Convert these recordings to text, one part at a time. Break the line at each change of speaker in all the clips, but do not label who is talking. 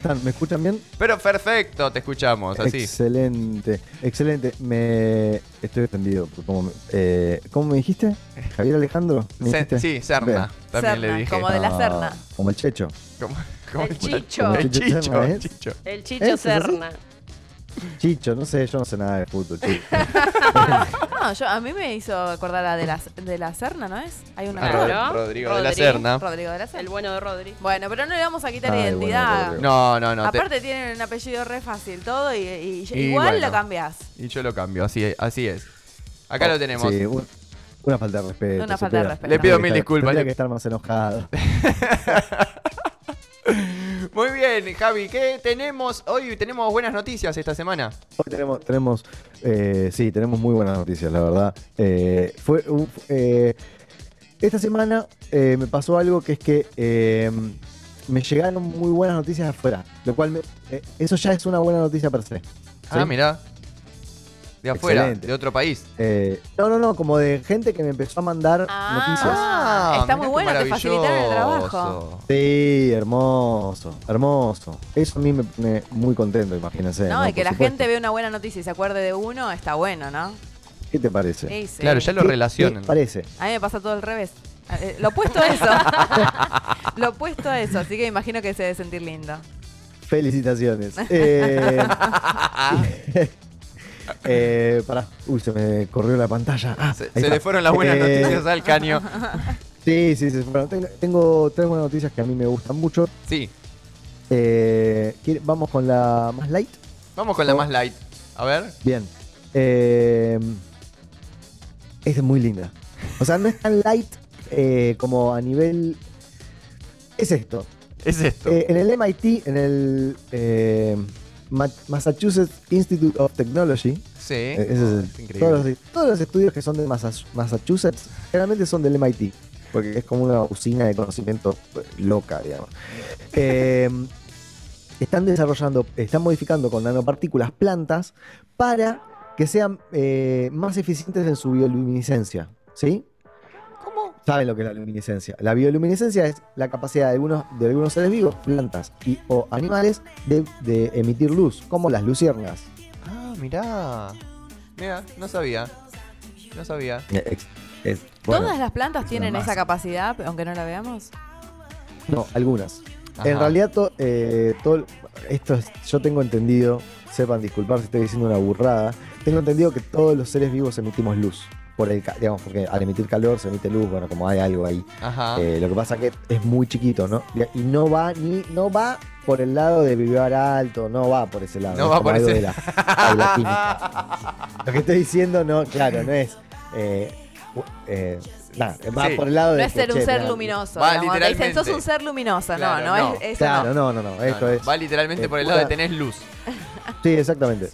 están? ¿Me escuchan bien?
Pero perfecto, te escuchamos, así.
Excelente, excelente. Me estoy ofendido. por cómo me- eh, ¿Cómo me dijiste? Javier Alejandro. ¿Me
Ce-
dijiste?
sí, Cerna,
Bien.
también
Cerna,
le dije.
como de la Cerna.
Como el checho.
¿Cómo- cómo
El
es?
Chicho.
El
Chicho
Chicho,
Cerna,
el
¿eh?
Chicho.
El
¿Ese
Chicho
es así?
Serna.
Chicho, no sé, yo no sé nada de fútbol. chicho.
No, Ah, yo, a mí me hizo acordar a de la, de la Serna, ¿no es? Hay una
Ah,
Claro.
Rod- Rodrigo de la
Rodrigo.
Cerna.
Rodrigo de la
El
Serna.
bueno de Rodri.
Bueno, pero no le vamos a quitar
Ay, bueno,
identidad.
Rodrigo.
No, no, no. te-
Aparte tienen un apellido re fácil todo y, y-
Y
igual
bueno.
lo cambias.
Y yo lo cambio, así, así es. Acá lo tenemos.
Oh, Sí, un- una falta de respeto.
Una
se
falta de
pega.
respeto.
Le pido mil
Tendría que estar-
disculpas.
Tendría que estar más enojado.
Muy bien, Javi, ¿qué tenemos hoy? Tenemos buenas noticias esta semana.
Hoy tenemos, tenemos eh, sí, tenemos muy buenas noticias, la verdad. Eh, fue, un- eh, esta semana eh, me pasó algo que es que eh, me llegaron muy buenas noticias de afuera, lo cual me- eh, eso ya es una buena noticia per se. ¿sí?
Ah, mirá. De afuera,
Excelente.
de otro país.
Eh, no, no, no, como de gente que me empezó a mandar noticias.
Ah, está muy bueno, te facilitan el trabajo.
Sí, hermoso, hermoso. Eso a mí me pone muy contento, imagínense.
No, y
Por
que la
supuesto.
gente vea una buena noticia y se acuerde de uno, está bueno, ¿no?
¿Qué te parece?
Sí, sí.
Claro, ya lo
¿Qué te
relacionan.
parece?
A mí me pasa todo al revés. Eh, Lo opuesto a eso. lo opuesto a eso, así que imagino que se debe sentir lindo.
Felicitaciones. Eh, eh, pará. Uy, se me corrió la pantalla. Ah,
Se,
ahí
se
está.
le fueron las buenas
Eh,
noticias al caño.
Sí, sí, sí. Bueno, tengo, tengo tres buenas noticias que a mí me gustan mucho.
Sí,
Eh, ¿quiere- ¿Vamos con la más light?
vamos
Oh.
con la más light. A ver.
Bien. Eh, esta es muy linda. O sea, no es tan light eh, como a nivel... Es esto.
Es esto.
Eh, en el MIT, en el eh, Ma- Massachusetts Institute of Technology,
sí. Oh,
Eh, ese es el-
Es Ah, increíble.
todos, los, todos los estudios que son de Massa- Massachusetts generalmente son del MIT, porque es como una usina de conocimiento eh, loca, digamos. Eh, están desarrollando, están modificando con nanopartículas plantas para que sean eh, más eficientes en su bioluminiscencia, ¿sí?
¿Cómo?
saben lo que es la luminiscencia. La bioluminiscencia es la capacidad de algunos, de algunos seres vivos, plantas y o animales, de, de emitir luz, como las luciérnagas.
Ah, mirá. Mirá, no sabía. No sabía.
¿Todas las plantas tienen
más.
esa capacidad, aunque no la veamos?
No, algunas. En
Ajá.
realidad, to- eh, todo esto es- yo tengo entendido, sepan disculpar si estoy diciendo una burrada, tengo entendido que todos los seres vivos emitimos luz. Por el, ca- digamos, porque al emitir calor se emite luz, bueno, como hay algo ahí.
Ajá.
Eh, lo que pasa que es muy chiquito, ¿no? Y no va ni no va por el lado de vivir alto, no va por ese lado.
No
es
va
como
por
algo
ese-
de la- de la
Ah,
química. Lo que estoy diciendo, no, claro, no es. eh, u- eh, nada, va
Sí.
por el lado
No
de.
es
que,
ser un
che,
ser
mirá,
luminoso.
Va,
digamos, cuando te dicen,
literalmente.
sos un ser luminoso.
Claro,
no, no,
no.
es eso.
Claro,
no.
no, no, no. Esto
No, no,
es.
ah, Va literalmente
eh,
por el lado de
pura-
tenés luz.
Sí, exactamente.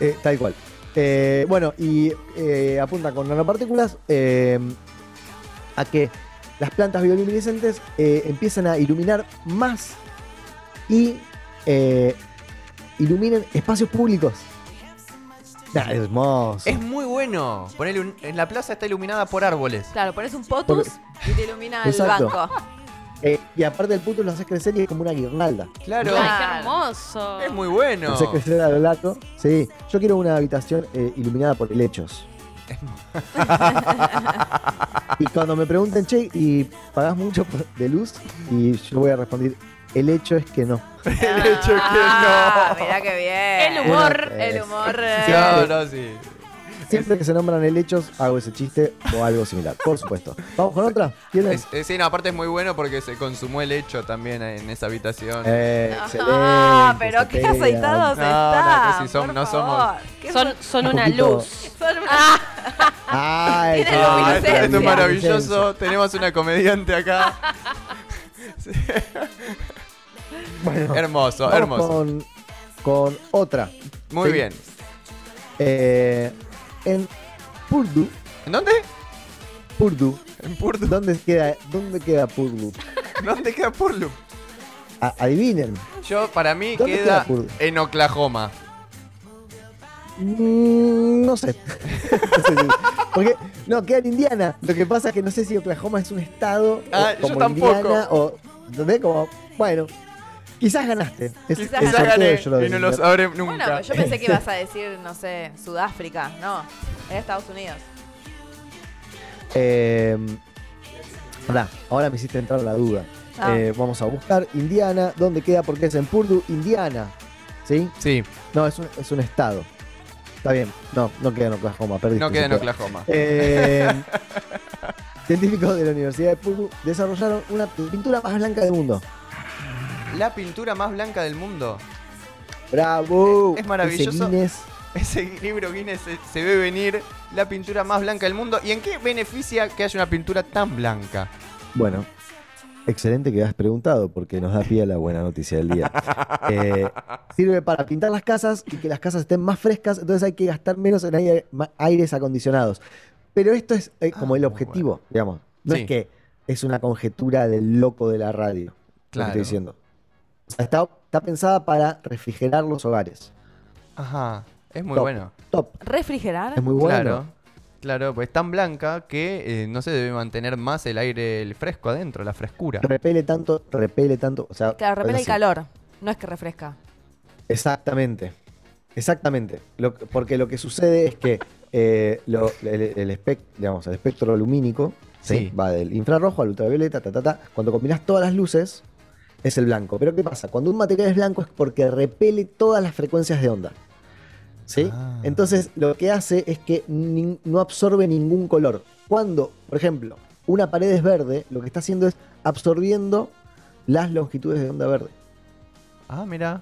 Eh, tal cual. Eh, bueno, y eh, apunta con nanopartículas eh, a que las plantas bioluminiscentes eh, empiecen a iluminar más y eh, iluminen espacios públicos. Nah, es hermoso.
Es muy bueno. Ponele un- en la plaza está iluminada por árboles.
Claro, pones un potus y te ilumina el
Exacto.
banco.
Eh, y aparte el puto lo haces crecer y es como una guirnalda.
Claro.
Ay,
Claro.
qué hermoso.
Es muy bueno.
Lo haces crecer a lo largo. Sí, yo quiero una habitación eh, iluminada por helechos. Y cuando me pregunten, che, ¿y pagás mucho por- de luz? Y yo voy a responder, el hecho es que no.
El hecho es que
Ah,
no.
mirá qué bien.
El humor.
Bueno, eh,
El humor.
No, no, sí.
Siempre que se nombran helechos, hago ese chiste o algo similar, por supuesto. Vamos con otra. ¿Quieren?
Es- eh, sí, no, aparte es muy bueno porque se consumó el hecho también en esa habitación.
Eh,
Ah,
excelente,
pero qué
Sofía.
aceitados
No,
está.
no, que si son-
por
no somos-
favor. Qué
Son, son una
poquito-
luz.
son una-
Ay,
Tiene
qué
Ah,
bien,
esto, esto es
bien,
maravilloso. Tenemos una comediante acá.
Bueno,
Hermoso,
vamos
hermoso.
Con, con otra.
Muy
sí.
bien.
Eh, en Purdue,
¿En dónde?
Purdue,
En Purdue.
¿dónde queda, dónde queda Purdue?
¿Dónde queda Purdue?
A- adivinen.
Yo, para mí,
¿Dónde
queda
queda Purdue?
en Oklahoma.
Mm, no sé. No sé si- Porque, no, queda en Indiana. Lo que pasa es que no sé si Oklahoma es un estado o
Ah, yo
como
tampoco.
Indiana o. ¿Entendés? Como, bueno. Quizás ganaste. Es
Quizás
el
gané.
sorteo
gané
yo lo
y no
decidí.
lo sabré nunca.
Bueno, pero yo pensé que ibas a decir, no sé, Sudáfrica. No, era Estados Unidos.
Eh, pará, ahora me hiciste entrar la duda.
Ah.
Eh, vamos a buscar Indiana. ¿Dónde queda? Porque es en Purdue, Indiana. ¿Sí?
Sí,
No, es un, es un estado. Está bien. No, no queda en Oklahoma. Perdiste.
no queda en
se fue.
Oklahoma.
Eh, científicos de la Universidad de Purdue desarrollaron una pintura más blanca del mundo.
La pintura más blanca del mundo.
¡Bravo!
Es- es maravilloso.
Ese Guinness.
Ese libro Guinness se, se ve venir la pintura más blanca del mundo. ¿Y en qué beneficia que haya una pintura tan blanca?
Bueno, excelente que has preguntado porque nos da pie a la buena noticia del día. Eh, sirve para pintar las casas y que las casas estén más frescas, entonces hay que gastar menos en aire- ma- aires acondicionados. Pero esto es eh, como
Ah,
el
muy
objetivo, digamos. No
Sí.
es que es una conjetura del loco de la radio, lo que
Claro.
estoy diciendo. O sea, está, está pensada para refrigerar los hogares.
Ajá, es muy
Top.
bueno.
Top,
¿Refrigerar?
es muy bueno.
Claro. Claro, pues es tan blanca que eh, no se debe mantener más el aire el fresco adentro, la frescura.
Repele tanto, repele tanto. O sea,
Claro, repele
bueno,
el
sí.
calor. No es que refresca.
Exactamente, exactamente. Lo que- porque lo que sucede es que eh, lo- el, el espec- digamos, el espectro lumínico ¿sí?
Sí.
va del infrarrojo al ultravioleta, ta, ta, ta. Cuando combinas todas las luces, es el blanco. Pero ¿qué pasa? Cuando un material es blanco es porque repele todas las frecuencias de onda. ¿Sí?
Ah.
Entonces, lo que hace es que nin- no absorbe ningún color. Cuando, por ejemplo, una pared es verde, lo que está haciendo es absorbiendo las longitudes de onda verde.
Ah, mira.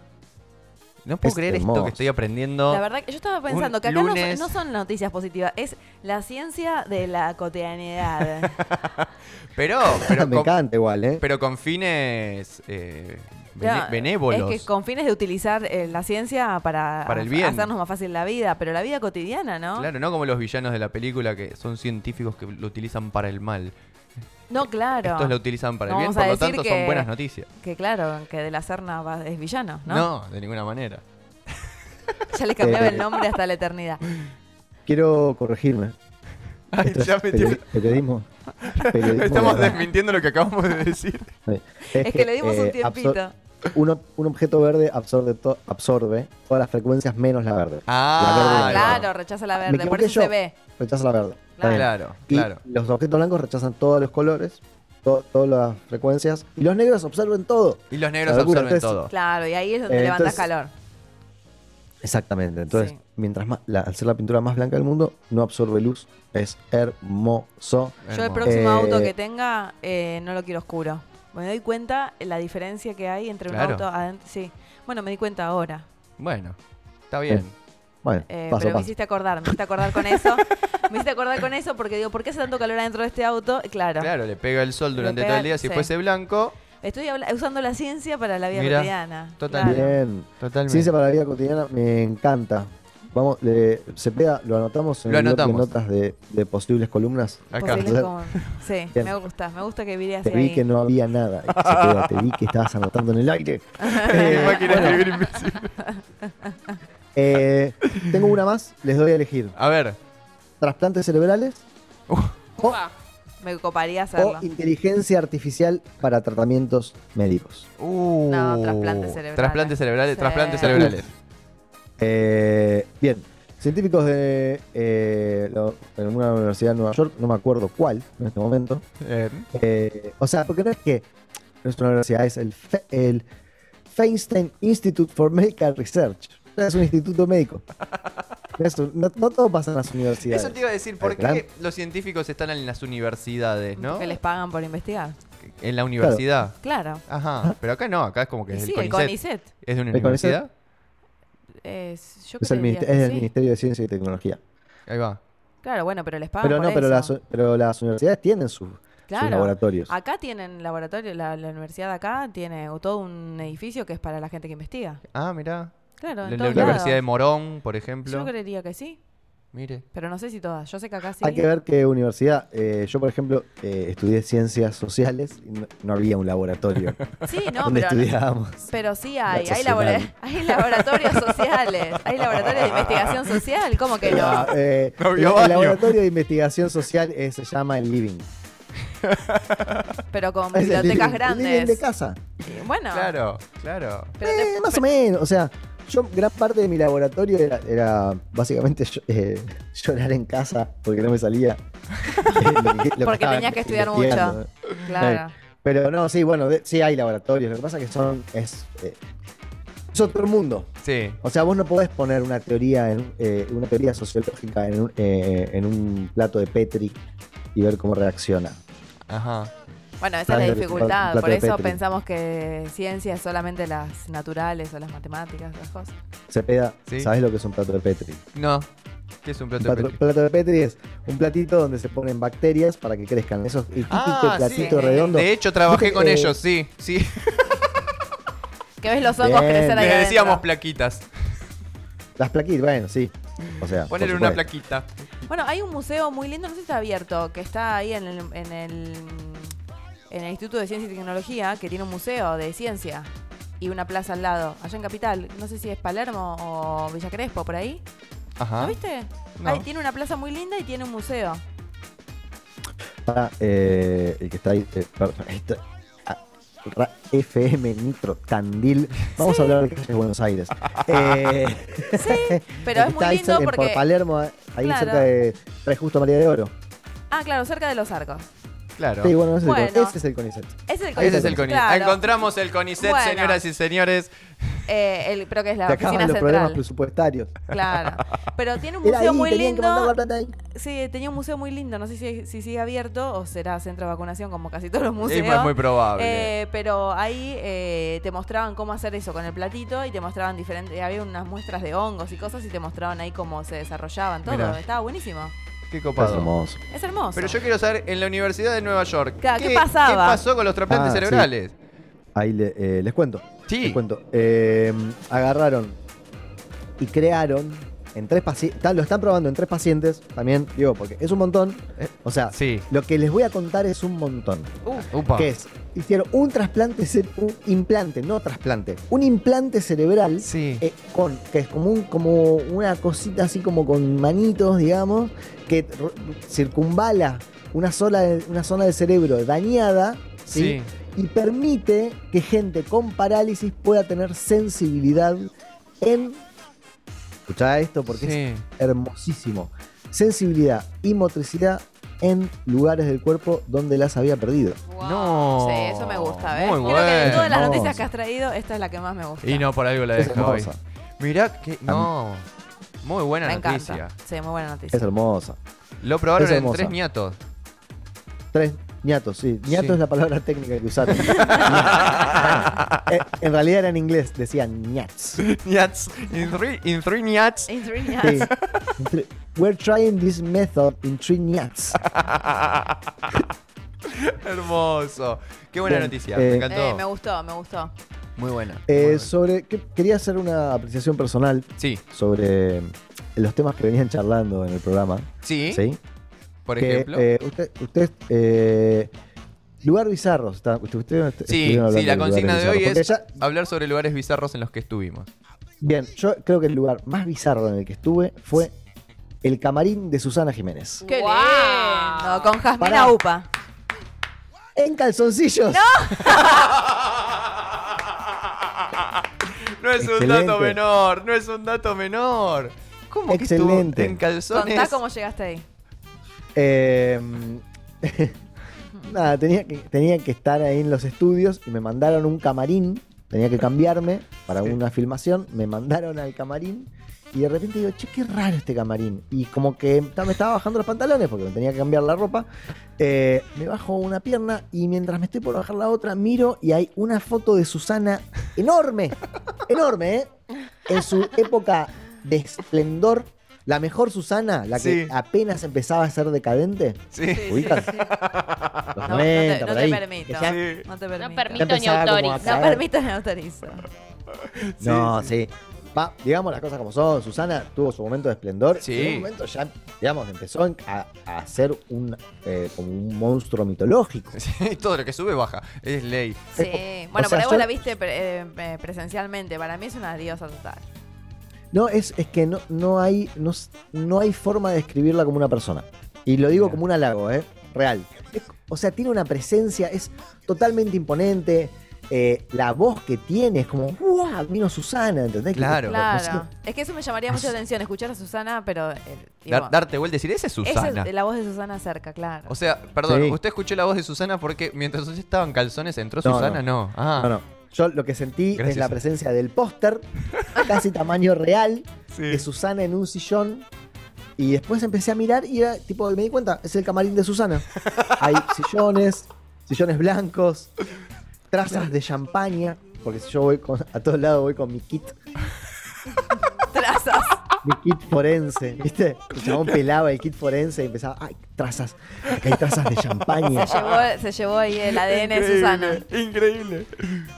No puedo
Es
creer esto
hermoso.
que estoy aprendiendo.
La verdad que yo estaba pensando que acá no son-
lunes.
no, son noticias positivas, es la ciencia de la cotidianidad.
Pero, pero,
Me
con,
encanta igual, ¿eh?
pero con fines eh, bene-
Claro,
benévolos.
Es que con fines de utilizar eh, la ciencia para,
Para el bien.
hacernos más fácil la vida, pero la vida cotidiana, ¿no?
Claro, no como los villanos de la película que son científicos que lo utilizan para el mal.
No, claro.
Estos lo utilizan para
No
el bien,
vamos a
por lo
decir
tanto
que-
son buenas noticias.
Que claro, que de la Serna va- es villano, ¿no?
No, de ninguna manera.
Ya le cambiaba el
Eh.
nombre hasta la eternidad.
Quiero corregirme.
Ay,
Esto
ya
es
me
peri-
tiene-
periodismo. periodismo
Este Estamos
de verdad.
desmintiendo lo que acabamos de decir.
Sí.
Es que le dimos un
eh, absor-
tiempito.
un ob- un objeto verde absorbe, to- absorbe todas las frecuencias menos la verde.
Ah,
La verde
claro,
claro,
rechaza la
Me
verde, por
equivoqué
eso
yo.
se ve.
Rechaza la verde. Está bien.
claro.
Y Los objetos blancos rechazan todos los colores, to- todas las frecuencias. Y los negros absorben todo.
Y los negros
La locura,
absorben
entonces-
todo.
Claro, y ahí es donde
Eh,
levantas
entonces-
calor.
Exactamente. Entonces,
Sí.
mientras más, la- al ser la pintura más blanca del mundo, no absorbe luz. Es hermoso.
Yo el
Hermoso.
próximo
Eh,
auto que tenga eh, no lo quiero oscuro. Me doy cuenta la diferencia que hay entre
Claro.
un auto adentro. Sí. Bueno, me di cuenta ahora.
Bueno, está bien.
Bueno,
Eh,
paso
pero
a
me
paso.
hiciste acordar, me hiciste acordar con eso. me hiciste acordar con eso porque digo, ¿por qué hace tanto calor adentro de este auto? Claro.
Claro, le pega el sol
Le
durante
pega
todo el
el-
día. Si
sí.
fuese blanco,
Estoy habla- usando la ciencia para la vida
Mira,
cotidiana.
total.
Claro.
Bien.
totalmente.
Ciencia para la vida cotidiana me encanta. Vamos, le, Cepeda, lo anotamos en
Lo
el bloque de
anotamos.
notas de, de posibles columnas.
Acá.
Posibles
Entonces-
con- Sí,
Bien.
me gusta, me gusta que vire
Te
hacia
vi
ahí.
que no había nada. Cepeda, te vi que estabas anotando en el aire.
Qué máquina de escribir invisible.
Eh, tengo una más, les doy a elegir.
A ver.
Trasplantes cerebrales o,
Ufa, me coparía hacerlo.
o inteligencia artificial para tratamientos médicos.
Uh,
No, trasplantes cerebrales.
Trasplantes cerebrales.
Sí.
Trasplantes cerebrales.
Eh, bien, científicos de eh, lo- en una universidad de Nueva York, no me acuerdo cuál en este momento,
Eh,
Eh, o sea, porque no es que nuestra universidad es el, Fe- el Feinstein Institute for Medical Research. No Es un instituto médico. No, es un- no- no todo pasa en las universidades.
Eso te iba a decir, ¿por
Gran-
qué los científicos están en las universidades, no?
Que les pagan por investigar.
En la universidad.
Claro.
Ajá, pero acá no, acá es como que
Y
es
sí,
el
el
CONICET.
CONICET.
¿Es de una
¿El CONICET?
universidad?
Es, yo
Es el,
creería
minist-
que
es del
sí.
Ministerio de Ciencia y Tecnología.
Ahí va.
Claro, bueno, pero les pagan
Pero
por
no, pero
eso.
las, pero las universidades tienen sus, sus
Claro. Ah,
laboratorios.
Acá tienen laboratorio, la, la universidad de acá tiene todo un edificio que es para la gente que investiga.
Ah, mirá.
Claro,
la
en
la
todos
Universidad de
lados.
Morón, por ejemplo.
Yo creería que sí,
Mire.
pero no sé si todas. Yo sé que acá sí.
Hay que ver qué universidad. eh, yo, por ejemplo, eh, estudié ciencias sociales y no, no había un laboratorio
Sí, no,
donde
pero,
estudiábamos.
pero sí hay. Hay,
La
labora-
social.
hay laboratorios sociales. Hay laboratorios de investigación social. ¿Cómo que no?
Eh,
No
el,
había
el
baño.
laboratorio de investigación social eh, se llama el Living.
Pero con
Es el
bibliotecas
living- el living
grandes.
de casa.
Y bueno,
Claro, claro.
pero
Eh,
te-
más o
pero-
menos, o sea, yo gran parte de mi laboratorio era, era básicamente yo- eh, llorar en casa porque no me salía. Lo que- lo que
Porque
estaba
tenías que estudiar mucho.
investigando.
Claro.
Pero no, sí, bueno, de- sí hay laboratorios. Lo que pasa es que son. Es, eh, es otro mundo.
Sí.
O sea, vos no podés poner una teoría, en, eh, una teoría sociológica en un, eh, en un plato de Petri y ver cómo reacciona.
Ajá.
Bueno, esa es la
Claro,
dificultad.
plato
Por
de
eso
Petri.
pensamos que ciencia es solamente las naturales o las matemáticas, las cosas.
Cepeda,
Sí.
¿sabés lo que es un plato de Petri?
No. ¿Qué es un
Un
plato de
plato,
Petri?
plato de Petri es un platito donde se ponen bacterias para que crezcan. Eso es el típico
Ah,
platito
sí.
redondo.
De hecho, trabajé con
Eh,
ellos, sí, sí.
Que ves los hongos
Bien.
crecer ahí
Le decíamos
adentro.
plaquitas.
Las plaquitas, bueno, sí. O sea, por
Poner una
supuesto.
plaquita.
Bueno, hay un museo muy lindo, no sé si está abierto, que está ahí en el, en el, en el Instituto de Ciencia y Tecnología, que tiene un museo de ciencia y una plaza al lado, allá en Capital. No sé si es Palermo o Villa Crespo, por ahí. ¿Lo
¿Ah?
Ajá.
viste?
No.
Ahí tiene una plaza muy linda y tiene un museo.
Para eh, el que está ahí, eh, perdón, ahí está. Ah, Ra- FM Nitro Tandil. Vamos a hablar de calles de Buenos Aires. Eh,
Sí, pero
el que
es
está
muy
ahí
lindo
cer- en-
porque...
Por Palermo, eh, ahí
Claro.
cerca de Tres Justo María de Oro.
Ah, claro, cerca de los arcos.
Claro.
Sí, bueno, ese,
Bueno.
Es el, Con- ese es el CONICET.
Ese es el
Ese es el
Claro.
CONICET. Encontramos el CONICET,
Bueno.
señoras y señores.
Eh, el, pero que es la
Te acaban
oficina
los problemas
central.
presupuestarios.
Claro. Pero tiene un
Era
museo
ahí,
muy
tenían que mandar la
lindo.
plata ahí.
Sí, tenía un museo muy lindo. No sé si, si sigue abierto o será centro de vacunación como casi todos los
Es
museos.
más, muy probable.
Eh, pero ahí eh, te mostraban cómo hacer eso con el platito y te mostraban diferentes. Había unas muestras de hongos y cosas y te mostraban ahí cómo se desarrollaban todo.
Mirá.
Estaba buenísimo.
Qué
Es
copado.
hermoso.
Es hermoso.
Pero yo quiero saber, en la Universidad de Nueva York,
Claro, ¿qué pasaba?
¿Qué pasó con los trasplantes
Ah, sí.
cerebrales?
Ahí le- eh, les cuento.
Sí.
Les cuento. Eh, agarraron y crearon en tres pacientes. Lo están probando en tres pacientes también, digo, porque es un montón.
Eh.
O sea,
Sí.
lo que les voy a contar es un montón.
Upa.
Que es, hicieron un trasplante, cere- un implante, no trasplante, un implante cerebral.
Sí.
eh, con, que es como, un- como una cosita así como con manitos, digamos, que r- circunvala una, sola, una zona del cerebro dañada, ¿sí?
sí.
y permite que gente con parálisis pueda tener sensibilidad en. Escuchá esto porque es
Sí.
hermosísimo. Sensibilidad y motricidad en lugares del cuerpo donde las había perdido.
Wow.
No.
Sí, eso me gusta. ¿ves?
Oh, Muy
Creo que de todas las
bueno.
noticias que has traído, esta es la que más me gusta.
Y no por algo la
Es
dejo hoy.
hermosa.
Mirá que. No. Muy buena
me
noticia.
encanta. Sí, muy buena noticia.
Es hermosa.
Lo probaron
Es
en
hermosa.
tres ñatos.
Tres ñatos, sí. Ñato
Sí.
es la palabra técnica que usaron. Eh, en realidad era en inglés, decían ñats. Sí.
ñats. In three, in three ñats.
Eh. Intriguante.
Entre- We're trying this method in three ñats.
Hermoso. Qué buena
Bien,
noticia.
eh,
me
Eh,
encantó.
me gustó, me gustó.
Muy buena.
Eh,
muy buena.
sobre, que- quería hacer una apreciación personal
Sí.
sobre los temas que venían charlando en el programa.
Sí.
¿Sí?
Por
que,
ejemplo.
eh, usted, usted, eh, lugar bizarro. está- usted- usted-
sí,
estuvieron hablando
sí, la
de
consigna
lugares
de hoy
bizarros,
es
porque ya-
hablar sobre lugares bizarros en los que estuvimos.
bien, yo creo que el lugar más bizarro en el que estuve fue el camarín de Susana Jiménez.
Qué
Wow.
lindo. Con Jasmina
Pará.
Upa.
En calzoncillos.
No es un
Excelente.
dato menor, no es un dato menor. ¿Cómo
Excelente.
que estuvo en calzones?
Contá cómo llegaste ahí.
Eh, nada, tenía que, tenía que estar ahí en los estudios y me mandaron un camarín. Tenía que cambiarme para
Sí.
una filmación. Me mandaron al camarín y de repente digo, che, qué raro este camarín. Y como que ta- me estaba bajando los pantalones porque me tenía que cambiar la ropa. eh, me bajo una pierna y mientras me estoy por bajar la otra, miro y hay una foto de Susana enorme, enorme, ¿eh? En su época de esplendor, la mejor Susana, la que
Sí.
apenas empezaba a ser decadente.
Sí.
¿Ubicas? Los
No, no
90,
te- no
por
te
ahí.
permito.
Que ya-
Sí.
No te permito.
No
Ya
permito ni
empezaba como a
autorizo.
No
caer.
permito ni autorizo.
No, sí. Va, digamos las cosas como son. Susana tuvo su momento de esplendor.
Sí.
Y en un momento ya, digamos, empezó en- a, a ser un, eh, como un monstruo mitológico.
Sí, Todo lo que sube baja, es ley.
Sí. Bueno,
sea,
por ahí
yo-
vos la viste pre- eh, eh, presencialmente. Para mí es una diosa total.
No, es, es que no, no, hay, no, s- no hay forma de describirla como una persona. Y lo digo
Mira.
como un halago, ¿eh? Real. Es, O sea, tiene una presencia, es totalmente imponente. eh, la voz que tiene es como, ¡guau! Vino Susana, ¿entendés?
Claro. pues Ah,
Como, no sé,
Claro. Es que eso me llamaría mucho la atención, escuchar a Susana, pero. eh, digo,
Dar- darte vuelta y decir, esa es
esa es
Susana.
la voz de Susana cerca, claro.
O sea, perdón,
Sí.
usted escuchó la voz de Susana porque mientras usted estaba en calzones entró
No,
Susana, no. Ah,
No, no. Yo lo que sentí
Gracias.
es la presencia del póster, casi tamaño real,
sí.
de Susana en un sillón. Y después empecé a mirar y era tipo, me di cuenta, es el camarín de Susana. Hay sillones, sillones blancos, trazas de champaña, porque si yo voy con- a todos lados voy con mi kit,
Trazas.
mi kit forense, ¿viste? El chabón pelaba el kit forense y empezaba, ay, trazas, acá hay trazas de champaña,
Se llevó, se llevó ahí el ADN de
Increíble,
Susana.
Increíble.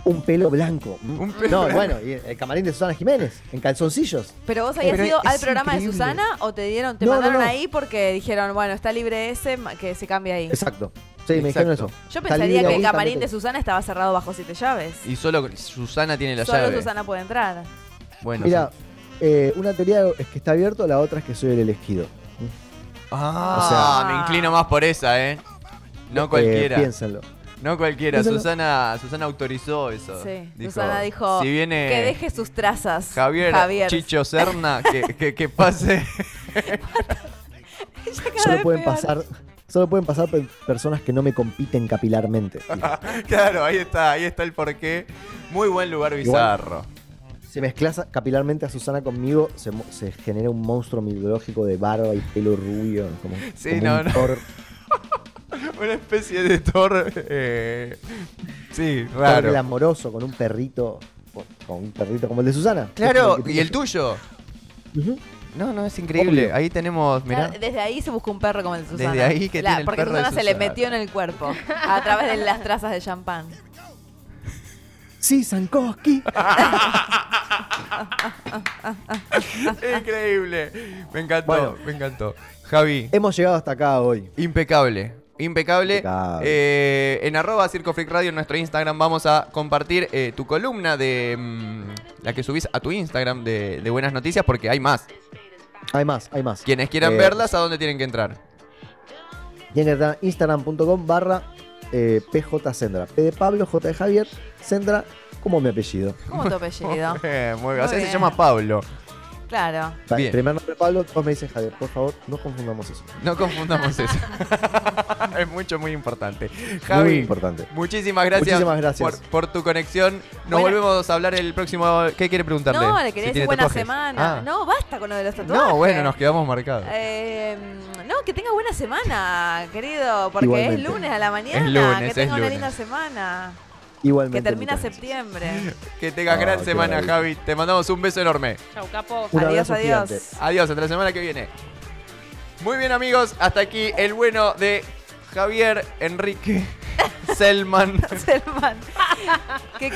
un pelo blanco.
Un pelo
no, bueno, y el camarín de Susana Jiménez, en calzoncillos.
Pero vos habías
Pero
ido
es
al programa de
increíble.
Susana o te dieron, te
No, no,
mandaron
no.
ahí porque dijeron, bueno, está libre ese, ma- que se cambie ahí.
Exacto. Sí, me
Exacto.
dijeron eso.
Yo
Está
pensaría
libre
que el
ahí,
camarín de
también.
Susana estaba cerrado bajo siete llaves.
Y solo Susana tiene la
Solo
llave.
Susana puede entrar.
Bueno.
Mira, eh, una teoría es que está abierto, la otra es que soy el elegido.
Ah,
o sea-
me inclino más por esa, ¿eh? No cualquiera.
Eh, piénsenlo.
no cualquiera.
piénsalo.
Susana, Susana autorizó eso.
Sí, Susana dijo
Si viene
Que deje sus trazas.
Javier,
Javier.
Chicho Serna, que, que, que pase.
Ya cada
Solo
vez
pueden
peor.
pasar, solo pueden pasar per- personas que no me compiten capilarmente.
Ah. claro, ahí está, ahí está el porqué. Muy buen lugar
Igual-
bizarro.
Si mezclas capilarmente a Susana conmigo, se, mo- se genera un monstruo mitológico de barba y pelo rubio. Como,
Sí,
como
no,
un
no.
Thor-
Una especie de Thor. eh, Sí,
Thor
raro.
glamoroso con un perrito. con- Con un perrito como el de Susana.
Claro,
Este es
y el
que-
tuyo.
Ujú.
No, no, es increíble.
Obvio.
Ahí tenemos, mirá.
Ya, Desde ahí se buscó un perro como el de Susana.
Desde ahí que tiene el
Porque
perro de
Susana se le
Susana.
metió en el cuerpo a través de las trazas de champán.
Sí, Sankoski.
Increíble. Me encantó,
Bueno. Eh.
me encantó. Javi,
Hemos llegado hasta acá hoy.
impecable. Impecable.
Impecable.
Eh, en arroba Circo Freak Radio, en nuestro Instagram, vamos a compartir eh, tu columna de mm, la que subís a tu Instagram de, de buenas noticias, porque hay más.
Hay más, hay más.
Quienes quieran
Eh,
verlas, ¿a dónde tienen que entrar?
Tienen que entrar a instagram.com barra eh, PJ Sendra. P de Pablo, J de Javier, Sendra, como mi apellido.
¿Cómo tu apellido?
Eh, muy bien. O sea, se
bien.
llama Pablo.
Claro.
O sea,
Bien.
Primer nombre Pablo, todos me dicen Javier. Por favor, no confundamos eso.
No confundamos eso. es mucho, muy importante. Javi.
Muy importante.
Muchísimas gracias,
Muchísimas gracias.
Por, por tu conexión. Nos
Bueno.
volvemos a hablar el próximo. ¿Qué quiere preguntarle?
No, le quería
Si
decir
tiene
buena
tatuajes.
semana.
Ah.
No, basta con lo de los tatuajes.
No, bueno, nos quedamos marcados.
Eh, no, que tenga buena semana, querido, porque es
Igualmente.
lunes a la mañana.
Es lunes,
que
es
tenga una
lunes.
linda semana.
Igualmente.
Que termina
muchas gracias.
septiembre.
que tengas
Ah,
gran
qué
semana,
maravilla.
Javi. Te mandamos un beso enorme.
Chau, capo.
Un
adiós,
abrazo
adiós.
gigante.
Adiós, hasta la semana que viene. Muy bien, amigos. Hasta aquí el bueno de Javier Enrique Selman.
Selman. Qué